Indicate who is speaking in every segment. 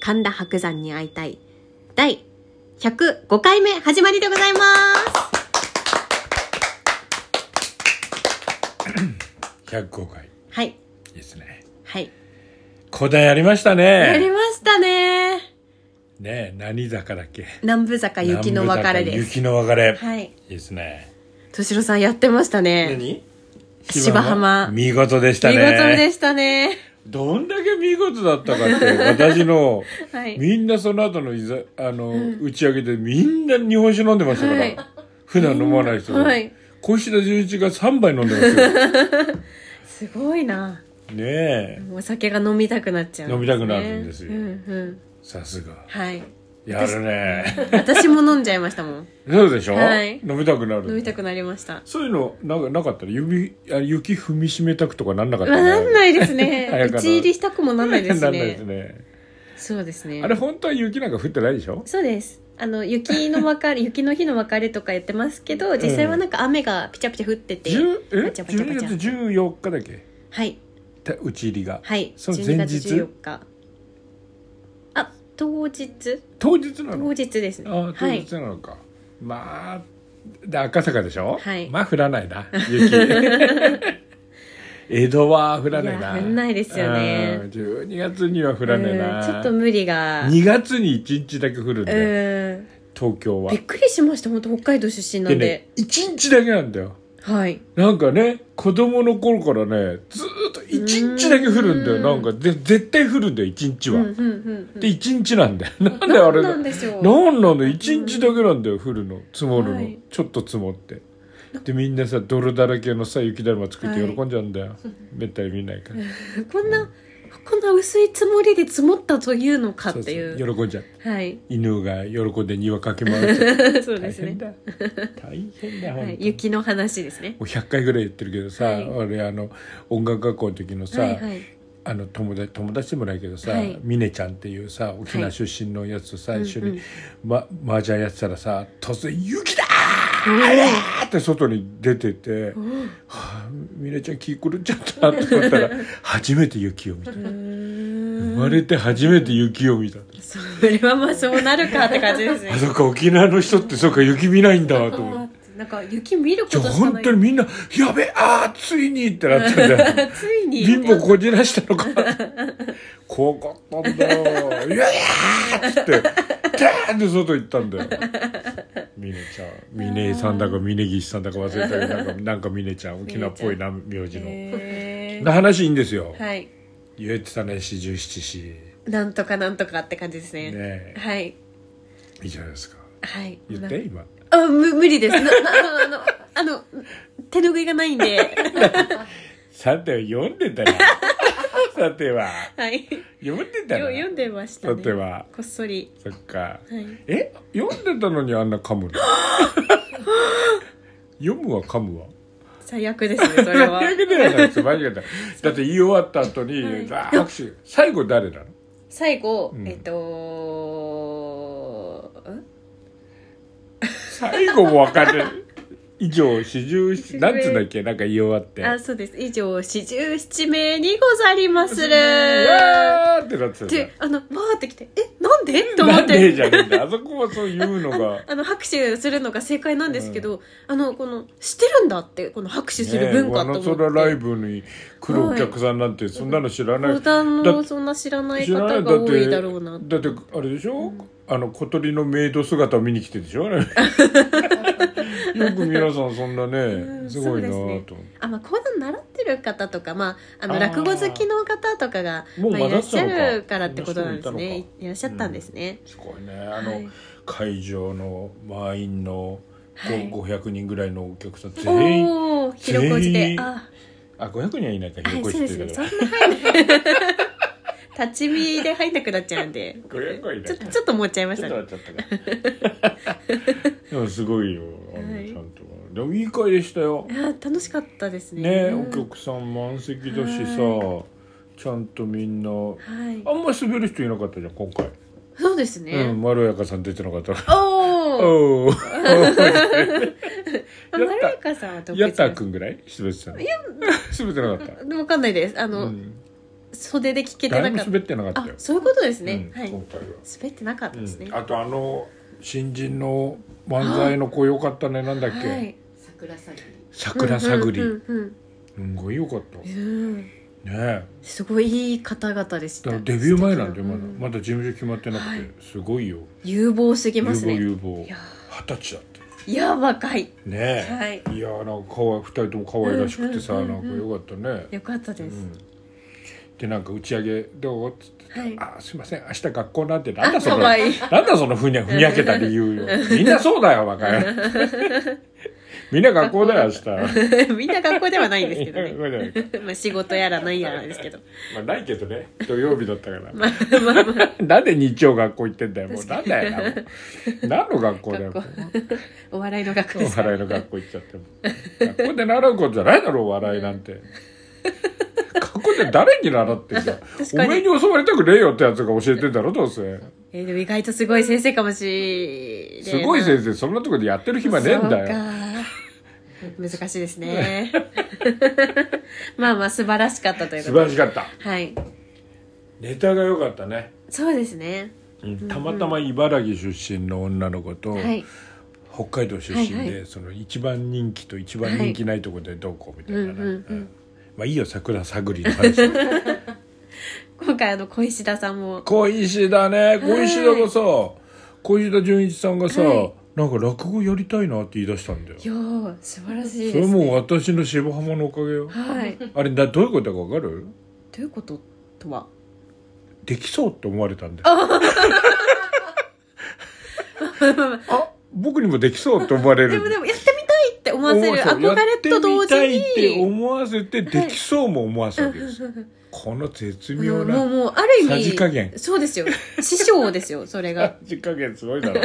Speaker 1: 神田伯山に会いたい。第105回目始まりでございます。
Speaker 2: 105回い
Speaker 1: はい。
Speaker 2: いですね
Speaker 1: はい。
Speaker 2: 古代やりました
Speaker 1: やり
Speaker 2: ね
Speaker 1: ましたね。
Speaker 2: ね何坂だっけ
Speaker 1: 南部坂雪の別れ
Speaker 2: 南
Speaker 1: で
Speaker 2: 部坂
Speaker 1: す。
Speaker 2: 雪の別れ、い、
Speaker 1: はい。
Speaker 2: いですね
Speaker 1: 敏郎さんやってましたね。
Speaker 2: 何
Speaker 1: 芝浜
Speaker 2: 見事でした
Speaker 1: 見
Speaker 2: ね
Speaker 1: 事でしたね。
Speaker 2: どんだけ見事だったかって私の
Speaker 1: はい。
Speaker 2: みんなその後のいざあの、打ち上げでみんな日本酒飲んでましたから、
Speaker 1: はい
Speaker 2: 普段飲まない人、
Speaker 1: はい
Speaker 2: 小石田純一が3杯飲んでますよ ね
Speaker 1: すごいな。
Speaker 2: え
Speaker 1: お酒が飲みたくなっちゃうんですね、
Speaker 2: 飲みたくなるんですよ
Speaker 1: うんうん。
Speaker 2: さすが
Speaker 1: はい。
Speaker 2: やるね
Speaker 1: 私も飲んじゃいました もん。
Speaker 2: そうでしょ、
Speaker 1: はい
Speaker 2: 飲みたくなる
Speaker 1: 飲みたくなりました。
Speaker 2: そういうのなんかなかったら指あ雪踏みしめたくとかなんなかった
Speaker 1: なんないですね
Speaker 2: 早。
Speaker 1: 打
Speaker 2: かな
Speaker 1: ち入りしたくもなんないです
Speaker 2: なんないです
Speaker 1: ね。
Speaker 2: ね
Speaker 1: そうですね
Speaker 2: あ。れ本当は雪なんか降ってないでしょ
Speaker 1: そうです。あの、雪の 別れ、雪の日の別れとかやってますけど、実際はなんか雨がピチャピチャ降ってて。
Speaker 2: 10え
Speaker 1: バチャバチャバ
Speaker 2: 12
Speaker 1: チャ
Speaker 2: 月14日だっけ
Speaker 1: はい。
Speaker 2: た打ち入りが
Speaker 1: はい。
Speaker 2: その
Speaker 1: 12
Speaker 2: 前
Speaker 1: 月
Speaker 2: 日
Speaker 1: 14日。あ、当日
Speaker 2: 当日なの
Speaker 1: 当日ですね。
Speaker 2: ああ当
Speaker 1: はい
Speaker 2: 日。なのか、まあで赤坂でしょ、
Speaker 1: はい
Speaker 2: まあ降らないな 雪江戸は降らないない
Speaker 1: や降んないですよね
Speaker 2: うん12月には降らないな
Speaker 1: うんちょっと無理が。
Speaker 2: 2月に1日だけ降るんだよ、
Speaker 1: うん。
Speaker 2: 東京は
Speaker 1: びっくりしました。本当北海道出身なん
Speaker 2: で
Speaker 1: で。
Speaker 2: ね1日だけなんだよ
Speaker 1: はい。
Speaker 2: なんかね子供の頃からねずーっと1日だけ降るんだよ
Speaker 1: うん
Speaker 2: なんかで絶対降るんだよ1日
Speaker 1: うん
Speaker 2: は、
Speaker 1: うんうんうん。
Speaker 2: で1日なんだよなんであれ
Speaker 1: な
Speaker 2: なん
Speaker 1: んですよ。
Speaker 2: なんだよ1日だけなんだよ降るの積もるの、
Speaker 1: はい
Speaker 2: ちょっと積もってでみんなさ泥だらけのさ雪だるま作って喜んじゃうんだよ、 めったに見ないから
Speaker 1: こんな、こんな薄い積もりで積もったというのかっていう。
Speaker 2: そうそう喜んじゃう
Speaker 1: はい。
Speaker 2: 犬が喜んで庭かき回して
Speaker 1: そうで
Speaker 2: 大
Speaker 1: すね
Speaker 2: 変。だ大変だよ、
Speaker 1: は
Speaker 2: 本
Speaker 1: い、
Speaker 2: 当に
Speaker 1: 雪の話ですね。
Speaker 2: もう100回ぐらい言ってるけどさ、
Speaker 1: はい
Speaker 2: 俺あの音楽学校の時のさ、
Speaker 1: はいはい。
Speaker 2: あの友達友達でもないけどさ、
Speaker 1: はい
Speaker 2: ミネちゃんっていうさ沖縄出身のやつとさ、
Speaker 1: い
Speaker 2: 一緒
Speaker 1: うんう
Speaker 2: に
Speaker 1: ん
Speaker 2: ま麻雀やってたらさ突然「雪だー!」って外に出てて「はあミネちゃん気狂っちゃった」って思ったら「初めて雪を見た」生まれて初めて雪を見た
Speaker 1: それはまあそうなるかって感じですね
Speaker 2: あ。そっか沖縄の人ってそっか雪見ないんだと 思って。
Speaker 1: なんか雪見るこ
Speaker 2: じゃ
Speaker 1: と
Speaker 2: あ
Speaker 1: しかな
Speaker 2: 本
Speaker 1: い。
Speaker 2: 当にみんな「やべあーついに!」ってなったんだよ
Speaker 1: ついに。
Speaker 2: 貧乏こじらしたのか怖かったんだよ「いやいや!」っつってダーンって外行ったんだよミネちゃんミネさんだかミネギシさんだか忘れたけどなんかなんかミネちゃん沖縄っぽいな名字の。
Speaker 1: へー
Speaker 2: な話いいんですよ、
Speaker 1: はい。
Speaker 2: 言えてたね四十七四
Speaker 1: なんとかなんとかって感じですね。
Speaker 2: ね
Speaker 1: はい。
Speaker 2: いいじゃないですか
Speaker 1: はい。
Speaker 2: 言って今
Speaker 1: あ、む、無理です。ななあの、あの、手拭いがないんで。
Speaker 2: さて読んでたなさては
Speaker 1: はい。
Speaker 2: 読んでた
Speaker 1: よ
Speaker 2: な
Speaker 1: 読んでました
Speaker 2: さ
Speaker 1: ね。
Speaker 2: ては
Speaker 1: こっそり。
Speaker 2: そっか
Speaker 1: はい。
Speaker 2: え読んでたのにあんな噛むの 読むは噛むわ
Speaker 1: 最悪ですね、それ は。
Speaker 2: 最悪だよなつ間違えただって言い終わった後に、
Speaker 1: はい
Speaker 2: わー拍手最後誰なの
Speaker 1: 最後、
Speaker 2: うん
Speaker 1: えっと、ん
Speaker 2: 最後も分かる以上四十七なんつうんだっけなんか言い終わって
Speaker 1: あ、そうです。以上、四十七名にござりまする。
Speaker 2: うわーってなってた
Speaker 1: っ
Speaker 2: じゃ
Speaker 1: て、あの、わーってきて、え、なんでと思っ
Speaker 2: んで
Speaker 1: て。
Speaker 2: じゃねえんだあそこはそう言うのが
Speaker 1: あの、拍手するのが正解なんですけど、あの、この、してるんだって、この拍手する文化と思って。
Speaker 2: ねえワノソラライブに来るお客さんなんてそんなの知らない、
Speaker 1: 講談
Speaker 2: だっ
Speaker 1: のそんな知らない方が多いだろうな。
Speaker 2: だってあれでしょ、あの小鳥のメイド姿を見に来てで しょあれよく皆さんそんなね、
Speaker 1: ん
Speaker 2: すごいな
Speaker 1: そうですね
Speaker 2: と思って
Speaker 1: あ、まあ、講談習ってる方とか、まあ、あ
Speaker 2: あ
Speaker 1: の、
Speaker 2: ー
Speaker 1: 落語好きの方とかが、
Speaker 2: もう
Speaker 1: まあ、いらっし
Speaker 2: 混ざ
Speaker 1: ゃ
Speaker 2: ったのか
Speaker 1: るからってことなんです
Speaker 2: そんな人も
Speaker 1: ね
Speaker 2: いたの。
Speaker 1: いらっしゃったんですね。
Speaker 2: すごいねあの、
Speaker 1: はい
Speaker 2: 会場の満員のご
Speaker 1: はい
Speaker 2: 500人ぐらいのお客さん全員、
Speaker 1: おおー、広小路
Speaker 2: 全
Speaker 1: で。
Speaker 2: 員
Speaker 1: あ、
Speaker 2: あ500人はいないか
Speaker 1: は
Speaker 2: 広
Speaker 1: い、
Speaker 2: 子
Speaker 1: そう
Speaker 2: 市
Speaker 1: で
Speaker 2: って
Speaker 1: す
Speaker 2: 言
Speaker 1: ね。そん
Speaker 2: うから
Speaker 1: な入んない。立ち見で入んなくなっちゃうんで。
Speaker 2: 500はいな
Speaker 1: ちょ
Speaker 2: い
Speaker 1: っと、ちょっと持っちゃいまし
Speaker 2: ちょ
Speaker 1: た
Speaker 2: っと
Speaker 1: ね
Speaker 2: な。っちゃった からでもすごいよあの、
Speaker 1: はい
Speaker 2: ちゃんとでもいい会でしたよ
Speaker 1: あー楽しかったですね。
Speaker 2: ね、
Speaker 1: うん
Speaker 2: お客さん満席だしさ、
Speaker 1: は
Speaker 2: ちゃんとみんな
Speaker 1: はい
Speaker 2: あ。んま滑る人いなかったじゃん今回、
Speaker 1: そうですね。
Speaker 2: うんまろやかさん出てなかったから
Speaker 1: おお。
Speaker 2: おお
Speaker 1: あまろやかさんはど
Speaker 2: やったー
Speaker 1: く
Speaker 2: くんぐらい滑ってたの滑ってなかっ
Speaker 1: わかんないです。あ
Speaker 2: た、
Speaker 1: の、
Speaker 2: うん
Speaker 1: 袖で聞けてな
Speaker 2: 誰も
Speaker 1: かっ
Speaker 2: 滑ってなかった
Speaker 1: あ
Speaker 2: よ、
Speaker 1: そういうことです
Speaker 2: う
Speaker 1: ね
Speaker 2: ん、
Speaker 1: はい
Speaker 2: 今回は、
Speaker 1: 滑ってなかったですね、
Speaker 2: うんあとあの新人の漫才の子よかったね、なんだっけ、
Speaker 1: はい
Speaker 3: 桜詐欺
Speaker 2: 桜探り、
Speaker 1: うんうん
Speaker 2: すんごいよかった
Speaker 1: うん
Speaker 2: ね
Speaker 1: うんうん
Speaker 2: え
Speaker 1: すごいいい方々でした
Speaker 2: だからデビュー前なんで
Speaker 1: 素敵
Speaker 2: まだ
Speaker 1: うん
Speaker 2: まだ事務所決まってなくて、
Speaker 1: はい
Speaker 2: すごいよ
Speaker 1: 有望してき
Speaker 2: 有
Speaker 1: ます
Speaker 2: 望
Speaker 1: ね
Speaker 2: 有望
Speaker 1: いや
Speaker 2: 二十歳だって
Speaker 1: ーいや若い
Speaker 2: ねえ、
Speaker 1: はい
Speaker 2: いやーなんかかわい二人とも可愛らしくてさ、
Speaker 1: うんうんうんうん
Speaker 2: なんかよかったね
Speaker 1: よかった
Speaker 2: う
Speaker 1: です、
Speaker 2: んでなんか打ち上げどうっつって「
Speaker 1: はい
Speaker 2: あすいません明日学校なんてなんだ
Speaker 1: あ
Speaker 2: その
Speaker 1: 可愛い
Speaker 2: なんだそのふにゃふにゃけた理由よみんなそうだよ 若いみんな学校だよ明日
Speaker 1: みんな学校ではないんですけど
Speaker 2: 学校じゃないか
Speaker 1: ね まあ仕事やらないやらですけど
Speaker 2: まあないけどね土曜日だったから
Speaker 1: まあまあまあ
Speaker 2: なんで日曜学校行ってんだよもう
Speaker 1: 確
Speaker 2: なんだよなもう何の学校だよ
Speaker 1: 学お笑いの学校
Speaker 2: お
Speaker 1: ですから
Speaker 2: 笑いの学校行っちゃっても学校で習うことじゃないだろお笑いなん て学校で誰に習ってんだよお
Speaker 1: 確か
Speaker 2: 前に
Speaker 1: に、
Speaker 2: 教わりたくねえよってやつが教えてんだろどうせ
Speaker 1: えーでも意外とすごい先生かもしれない
Speaker 2: すごい先生そんなとこでやってる暇ねえんだよ
Speaker 1: そうか難しいですね まあまあ素晴らしかったというこ
Speaker 2: 素
Speaker 1: と
Speaker 2: 晴
Speaker 1: で
Speaker 2: らしかった
Speaker 1: はい
Speaker 2: ネタが良かったね
Speaker 1: そうですね
Speaker 2: たまたま茨城出身の女の子と
Speaker 1: はい
Speaker 2: 北海道出身で、
Speaker 1: はいは
Speaker 2: その一番人気と一番人気ないとこでどうこうみたいなね、
Speaker 1: はいうんうんうん
Speaker 2: うんまあいいよ桜探りの話
Speaker 1: 今回あの小石田さんも
Speaker 2: 小石だね小石田がさ、小石田純一さんがさ、
Speaker 1: はい
Speaker 2: なんか落語やりたいなって言い出したんだよ
Speaker 1: いやー素晴らしい
Speaker 2: そ
Speaker 1: で
Speaker 2: れ
Speaker 1: す
Speaker 2: も
Speaker 1: ね
Speaker 2: 私の芝浜のおかげよ
Speaker 1: はいど
Speaker 2: あれだどういうことかわかる
Speaker 1: ういうこととは
Speaker 2: できそうって思われたんだ よあ僕にもできそうって思われ
Speaker 1: で
Speaker 2: る
Speaker 1: もでもやってみたいって思わせる憧れと同時
Speaker 2: やってみたいって
Speaker 1: に
Speaker 2: 思わせてできそうも思わせるわけですよ、 この絶
Speaker 1: うんも
Speaker 2: 妙
Speaker 1: う
Speaker 2: な
Speaker 1: もうある意
Speaker 2: さ
Speaker 1: 味
Speaker 2: じ加減
Speaker 1: そうですよ師匠ですよ それが
Speaker 2: さじ加減すごいだ ろ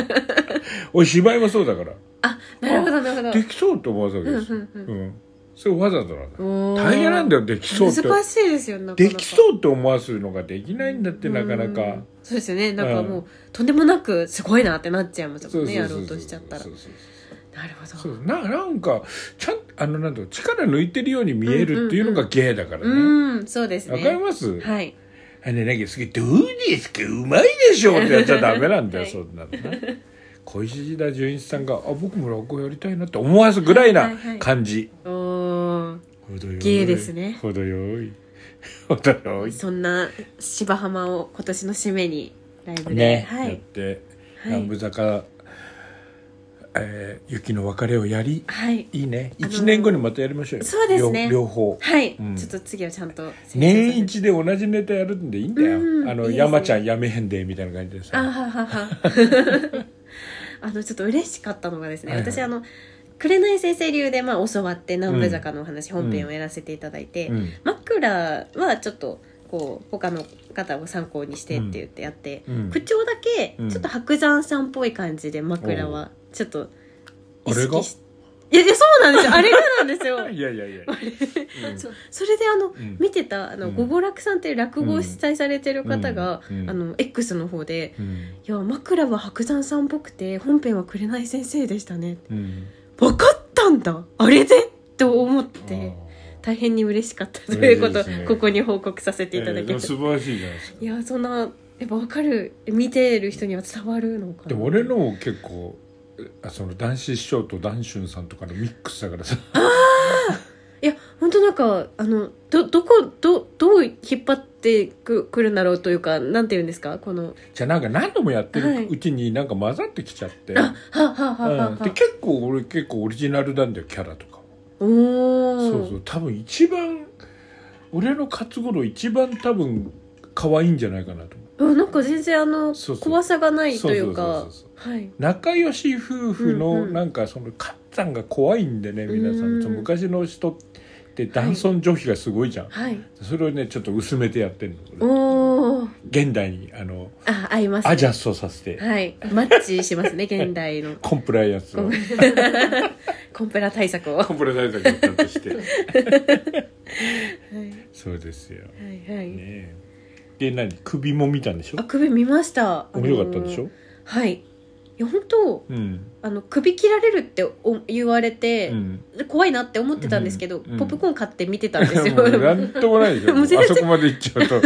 Speaker 2: 俺芝居はそうだから
Speaker 1: あなるほどなるほど
Speaker 2: できそうと思わせるわけですよ、
Speaker 1: うんう
Speaker 2: うんそれわざとなんだよ
Speaker 1: 大
Speaker 2: 大変なんだよできそうって
Speaker 1: 難しいですよなかなか
Speaker 2: できそうって思わせるのができないんだってなかな
Speaker 1: う
Speaker 2: か
Speaker 1: んそうですよねなんかもう、とんでもなくすごいなってなっちゃいます
Speaker 2: そ
Speaker 1: も
Speaker 2: うんそう
Speaker 1: ね
Speaker 2: そう
Speaker 1: や
Speaker 2: そ
Speaker 1: ろ
Speaker 2: う
Speaker 1: うとしちゃったら
Speaker 2: そうそうそう
Speaker 1: なるほ
Speaker 2: そ
Speaker 1: ど
Speaker 2: うななんかちゃんあのなんだろう力抜いてるように見えるっていうのが芸だからね、
Speaker 1: うんそうです
Speaker 2: わ
Speaker 1: ね
Speaker 2: かります、
Speaker 1: はい
Speaker 2: あのなんかすげえ「どうですかうまいでしょ」ってやっちゃダメなんだよ、
Speaker 1: はい
Speaker 2: そんなのね小石田純一さんが「あ僕も落語やりたいな」って思わすぐらい
Speaker 1: はい
Speaker 2: な
Speaker 1: はいはい
Speaker 2: 感じ、
Speaker 1: おー
Speaker 2: 程よい
Speaker 1: 芸ですね
Speaker 2: 程よい程よい
Speaker 1: そんな芝浜を今年の締めにライブで、
Speaker 2: ね、
Speaker 1: は
Speaker 2: やっ
Speaker 1: い
Speaker 2: て
Speaker 1: はい
Speaker 2: 南部坂、えー雪の別れをやり
Speaker 1: はい、
Speaker 2: いいね
Speaker 1: あのー
Speaker 2: 1年後にまたやりましょうよ
Speaker 1: そうですね
Speaker 2: 両両方
Speaker 1: はい
Speaker 2: うん
Speaker 1: ちょっと次はちゃんと
Speaker 2: 年一で同じネタやるんでいいんだよ、
Speaker 1: うん
Speaker 2: あ
Speaker 1: いい
Speaker 2: の
Speaker 1: ですね
Speaker 2: 山ちゃんやめへんでみたいな感じで
Speaker 1: あ
Speaker 2: さ
Speaker 1: ははは あのちょっと嬉しかったのがですね、
Speaker 2: はいはい
Speaker 1: 私あの紅先生流で、まあ、教わって南部坂のお話、本編をやらせていただいて、
Speaker 2: うん
Speaker 1: 枕はちょっとこう他の方を参考にしてって言ってやって、
Speaker 2: うん
Speaker 1: 口調だけ
Speaker 2: うん
Speaker 1: ちょっと白山さんっぽい感じで枕はちょっと意
Speaker 2: あれ
Speaker 1: 識
Speaker 2: が
Speaker 1: しいやいやそうなんです よあれがなんですよ
Speaker 2: いやいやいや、うん
Speaker 1: そうそれであの、
Speaker 2: ん
Speaker 1: 見てたあの、
Speaker 2: うん
Speaker 1: ごぼらくさんっていう落語を主催されてる方が、
Speaker 2: うんうん
Speaker 1: あの X の方で
Speaker 2: うん
Speaker 1: 「いや枕は白山さんっぽくて本編は紅先生でしたね
Speaker 2: うん」
Speaker 1: 分かったんだあれでと思っ
Speaker 2: あ
Speaker 1: て。
Speaker 2: ー
Speaker 1: 大変に嬉しかったということを
Speaker 2: 嬉しいですね
Speaker 1: ここに報告させていただ
Speaker 2: えー
Speaker 1: き
Speaker 2: で
Speaker 1: ま
Speaker 2: も
Speaker 1: す、
Speaker 2: 素晴らしいじゃないですか
Speaker 1: いやそんなやっぱ分かる見てる人には伝わるのかな
Speaker 2: でも俺のも結構あその男子師匠と男春さんとかのミックスだからさ
Speaker 1: いや本当なんかあのどどこどどう引っ張ってくくるんだろうというかなんて言うんですかこの
Speaker 2: じゃあなんか何度もやって
Speaker 1: は
Speaker 2: る
Speaker 1: いう
Speaker 2: ちになんか混ざってきちゃって、
Speaker 1: あはあはあはあはあ
Speaker 2: うん、で結構俺結構オリジナルなんだよキャラとかも
Speaker 1: おお
Speaker 2: そうそう多分一番俺の活頃一番多分可愛いんじゃないかなと思う
Speaker 1: あなんか全然あの
Speaker 2: そうそう
Speaker 1: 怖さがないというか
Speaker 2: そうそうそうそう
Speaker 1: はい
Speaker 2: 仲良し夫婦
Speaker 1: うんう
Speaker 2: の
Speaker 1: ん
Speaker 2: なんかそのカッさんが怖いんでね皆さ
Speaker 1: うんん
Speaker 2: その昔の人って男尊女卑がすごいじゃん、
Speaker 1: はい
Speaker 2: それをねちょっと薄めてやってるの俺
Speaker 1: おお
Speaker 2: 現代にあの
Speaker 1: あ合います
Speaker 2: アジャストさせて
Speaker 1: はいマッチし ますね現代の
Speaker 2: コンプライアンス
Speaker 1: コ
Speaker 2: を
Speaker 1: ンコンプラ対策を、は
Speaker 2: コンプライアンスをちゃんとして
Speaker 1: い、は
Speaker 2: そうですよね
Speaker 1: いはい
Speaker 2: えで何首も見たんでしょ
Speaker 1: あ首見ました
Speaker 2: 面白かったんでし
Speaker 1: あ
Speaker 2: ょ
Speaker 1: のーはいや本当
Speaker 2: うん
Speaker 1: あの首切られるってお言われて
Speaker 2: う、ん
Speaker 1: 怖いなって思ってたんですけど、
Speaker 2: うんうん
Speaker 1: ポップコーン買って見てたんですよ
Speaker 2: も
Speaker 1: も
Speaker 2: う
Speaker 1: う
Speaker 2: なんともないでしょ
Speaker 1: もう全然
Speaker 2: あそこまで行っちゃうと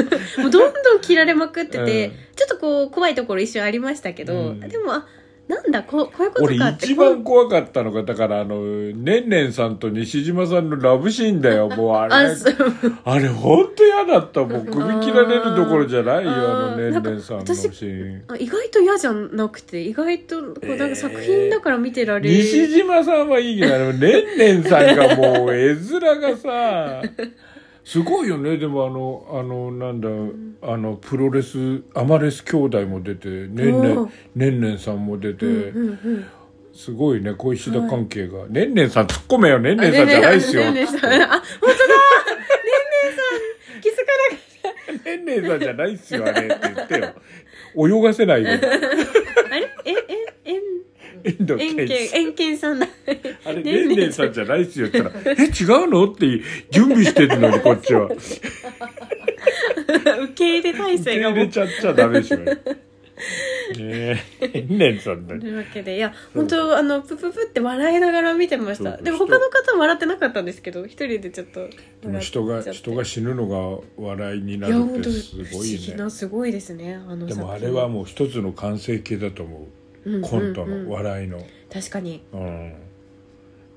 Speaker 1: どんどん切られまくってて、
Speaker 2: うん
Speaker 1: ちょっとこう怖いところ一瞬ありましたけど、
Speaker 2: うん
Speaker 1: でもあなんだこうこういうこと
Speaker 2: 俺
Speaker 1: かって
Speaker 2: 一番怖かったのがだからあのねんねんさんと西島さんのラブシーン だよもうあれ
Speaker 1: あそう
Speaker 2: あれ本当嫌だったもう首切られるどころじゃないよ
Speaker 1: あー
Speaker 2: あのねんねんさんのシーン
Speaker 1: あ意外と嫌じゃなくて意外とこうなんか作品だから見てられる、
Speaker 2: 西島さんはいいけどあ のねんねんさんがもう絵面が さすごいよねでもあのあのなんだあのプロレスアマレス兄弟も出てねんね
Speaker 1: おー
Speaker 2: んねんねんさんも出て、
Speaker 1: うんうんうん
Speaker 2: すごいね恋石田関係が、ねんねんさん突っ込めよねんねんさんじゃないっすよ
Speaker 1: あねんねんさんあ本当だねんねんさん気づかなかっ
Speaker 2: ねんねんさんじゃないっすよあれって言ってよ泳がせないで
Speaker 1: たあれええ
Speaker 2: 遠藤
Speaker 1: えん円
Speaker 2: 圭
Speaker 1: 形
Speaker 2: 一
Speaker 1: 円形さんだ
Speaker 2: あれ
Speaker 1: ね
Speaker 2: ね
Speaker 1: ん
Speaker 2: ん
Speaker 1: ねん
Speaker 2: ねんさんじゃないっすよって言ったら「え違うの?」って準備してるのにこっちは
Speaker 1: 受け入れ体
Speaker 2: 受け
Speaker 1: 制が
Speaker 2: 入
Speaker 1: もう
Speaker 2: れちゃっちゃダメでしょねえねんねんさんだ
Speaker 1: というわけでいや本当あのプププって笑いながら見てまし
Speaker 2: そ
Speaker 1: た
Speaker 2: うそう
Speaker 1: でも他の方笑ってなかったんですけど一人でちょっと笑っ
Speaker 2: でも人が人が死ぬのが笑いにない
Speaker 1: や
Speaker 2: る
Speaker 1: 本
Speaker 2: って
Speaker 1: 当
Speaker 2: す
Speaker 1: 不
Speaker 2: ご
Speaker 1: 思
Speaker 2: い
Speaker 1: 議
Speaker 2: ね
Speaker 1: なすごいですねあの
Speaker 2: でもあ
Speaker 1: 作品
Speaker 2: れはもう一つの完成形だと思
Speaker 1: うんうんう
Speaker 2: うんコントの笑いの
Speaker 1: 確かに
Speaker 2: うん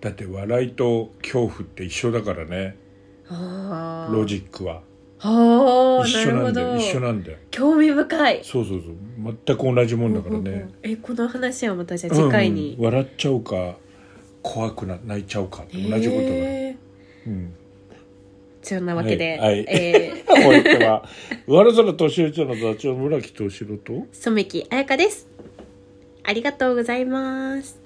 Speaker 2: だって笑いと恐怖って一緒だからね
Speaker 1: ああ
Speaker 2: ロジックは
Speaker 1: ああな
Speaker 2: 一緒
Speaker 1: る
Speaker 2: な
Speaker 1: ほ
Speaker 2: んだよ
Speaker 1: ど
Speaker 2: 一緒なんだよ
Speaker 1: 興味深い
Speaker 2: そうそうそう全く同じもんだから
Speaker 1: うんうんう
Speaker 2: ね
Speaker 1: んえこの話はまたじゃあ次回に、
Speaker 2: うんうん笑っちゃうか怖くな泣いちゃうかって同じことだよ、
Speaker 1: え
Speaker 2: うん
Speaker 1: ーそんなわけで、
Speaker 2: はいはい
Speaker 1: え
Speaker 2: お相手は、悪空年内の座長村木敏郎と、
Speaker 1: ー、染木彩香です。ありがとうございます。